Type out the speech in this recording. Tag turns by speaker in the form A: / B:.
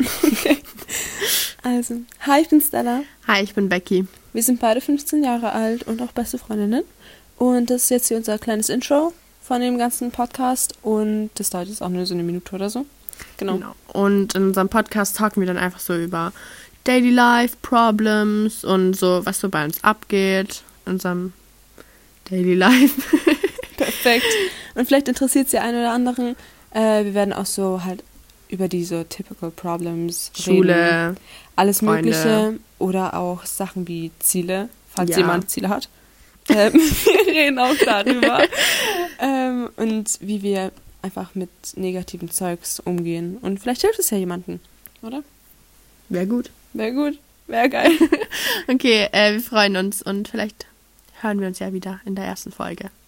A: Okay. Also, hi, ich bin Stella.
B: Hi, ich bin Becky.
A: Wir sind beide 15 Jahre alt und auch beste Freundinnen. Und das ist jetzt hier unser kleines Intro von dem ganzen Podcast. Und das dauert jetzt auch nur so eine Minute oder so. Genau.
B: Und in unserem Podcast talken wir dann einfach so über Daily Life, Problems und so, was so bei uns abgeht. In unserem Daily Life.
A: Perfekt. Und vielleicht interessiert es ja einen oder anderen. Äh, wir werden auch so halt über diese typical Problems reden.
B: Schule.
A: alles
B: Freunde.
A: Mögliche oder auch Sachen wie Ziele, falls
B: Ja.
A: jemand Ziele hat. Ähm, wir reden auch darüber. ähm, und wie wir einfach mit negativen Zeugs umgehen. Und vielleicht hilft es ja jemandem, oder?
B: Wäre gut.
A: Wäre gut, wäre geil.
B: Okay, äh, wir freuen uns und vielleicht hören wir uns ja wieder in der ersten Folge.